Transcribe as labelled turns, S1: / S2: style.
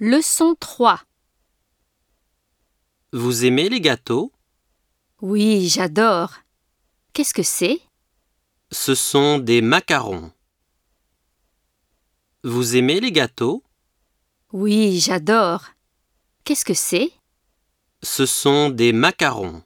S1: Leçon 3.
S2: Vous aimez les gâteaux
S1: Oui, j'adore. Qu'est-ce que c'est
S2: Ce sont des macarons. Vous aimez les gâteaux
S1: Oui, j'adore. Qu'est-ce que c'est
S2: Ce sont des macarons.